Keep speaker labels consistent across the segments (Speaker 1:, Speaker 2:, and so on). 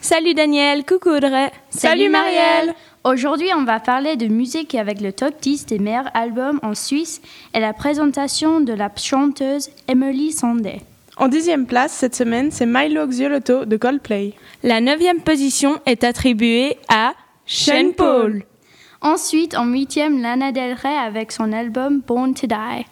Speaker 1: Salut Daniel, coucou Audrey.
Speaker 2: Aujourd'hui, on va parler de musique avec le top 10 des meilleurs albums en Suisse et la présentation de la chanteuse Emily Sandé.
Speaker 3: En dixième place cette semaine, c'est Milo Xyoloto de Coldplay.
Speaker 1: La neuvième position est attribuée à Shane Paul.
Speaker 2: Ensuite, en huitième, Lana Del Rey avec son album Born to Die.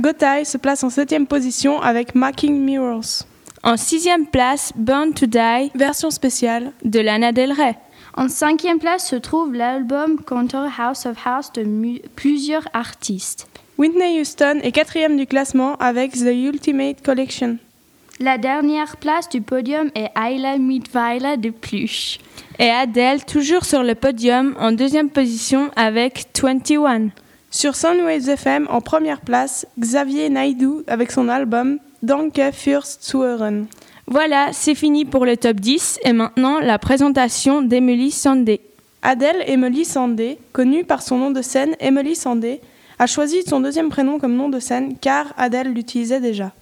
Speaker 3: Gotay se place en septième position avec Making Mirrors.
Speaker 1: En sixième place, Born to Die
Speaker 3: Version spéciale.
Speaker 1: de Lana Del Rey.
Speaker 2: En cinquième place se trouve l'album Contour House of House de mu- plusieurs artistes.
Speaker 3: Whitney Houston est quatrième du classement avec The Ultimate Collection.
Speaker 2: La dernière place du podium est Ayla Midvaila de Pluche.
Speaker 1: Et Adele toujours sur le podium en deuxième position avec 21.
Speaker 3: Sur Soundwaves FM, en première place, Xavier Naidoo avec son album Danke fürs Zuhören.
Speaker 1: Voilà, c'est fini pour le top 10 et maintenant la présentation d'Emily Sandé.
Speaker 3: Adèle Emily Sandé, connue par son nom de scène Emily Sandé, a choisi son deuxième prénom comme nom de scène car Adèle l'utilisait déjà.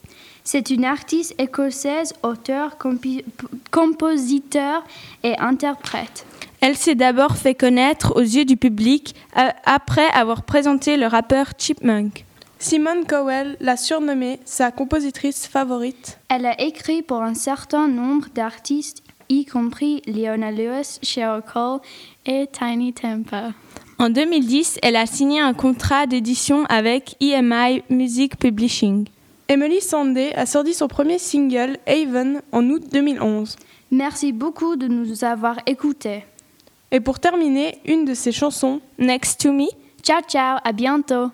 Speaker 2: C'est une artiste écossaise, auteure, compi- p- compositeur et interprète.
Speaker 1: Elle s'est d'abord fait connaître aux yeux du public euh, après avoir présenté le rappeur Chipmunk.
Speaker 3: Simone Cowell l'a surnommée sa compositrice favorite.
Speaker 2: Elle a écrit pour un certain nombre d'artistes, y compris Leona Lewis, Cheryl Cole et Tiny Temper.
Speaker 1: En 2010, elle a signé un contrat d'édition avec EMI Music Publishing.
Speaker 3: Emily Sandé a sorti son premier single, Haven, en août 2011.
Speaker 2: Merci beaucoup de nous avoir écoutés.
Speaker 3: Et pour terminer, une de ses chansons,
Speaker 1: Next to Me
Speaker 2: Ciao ciao, à bientôt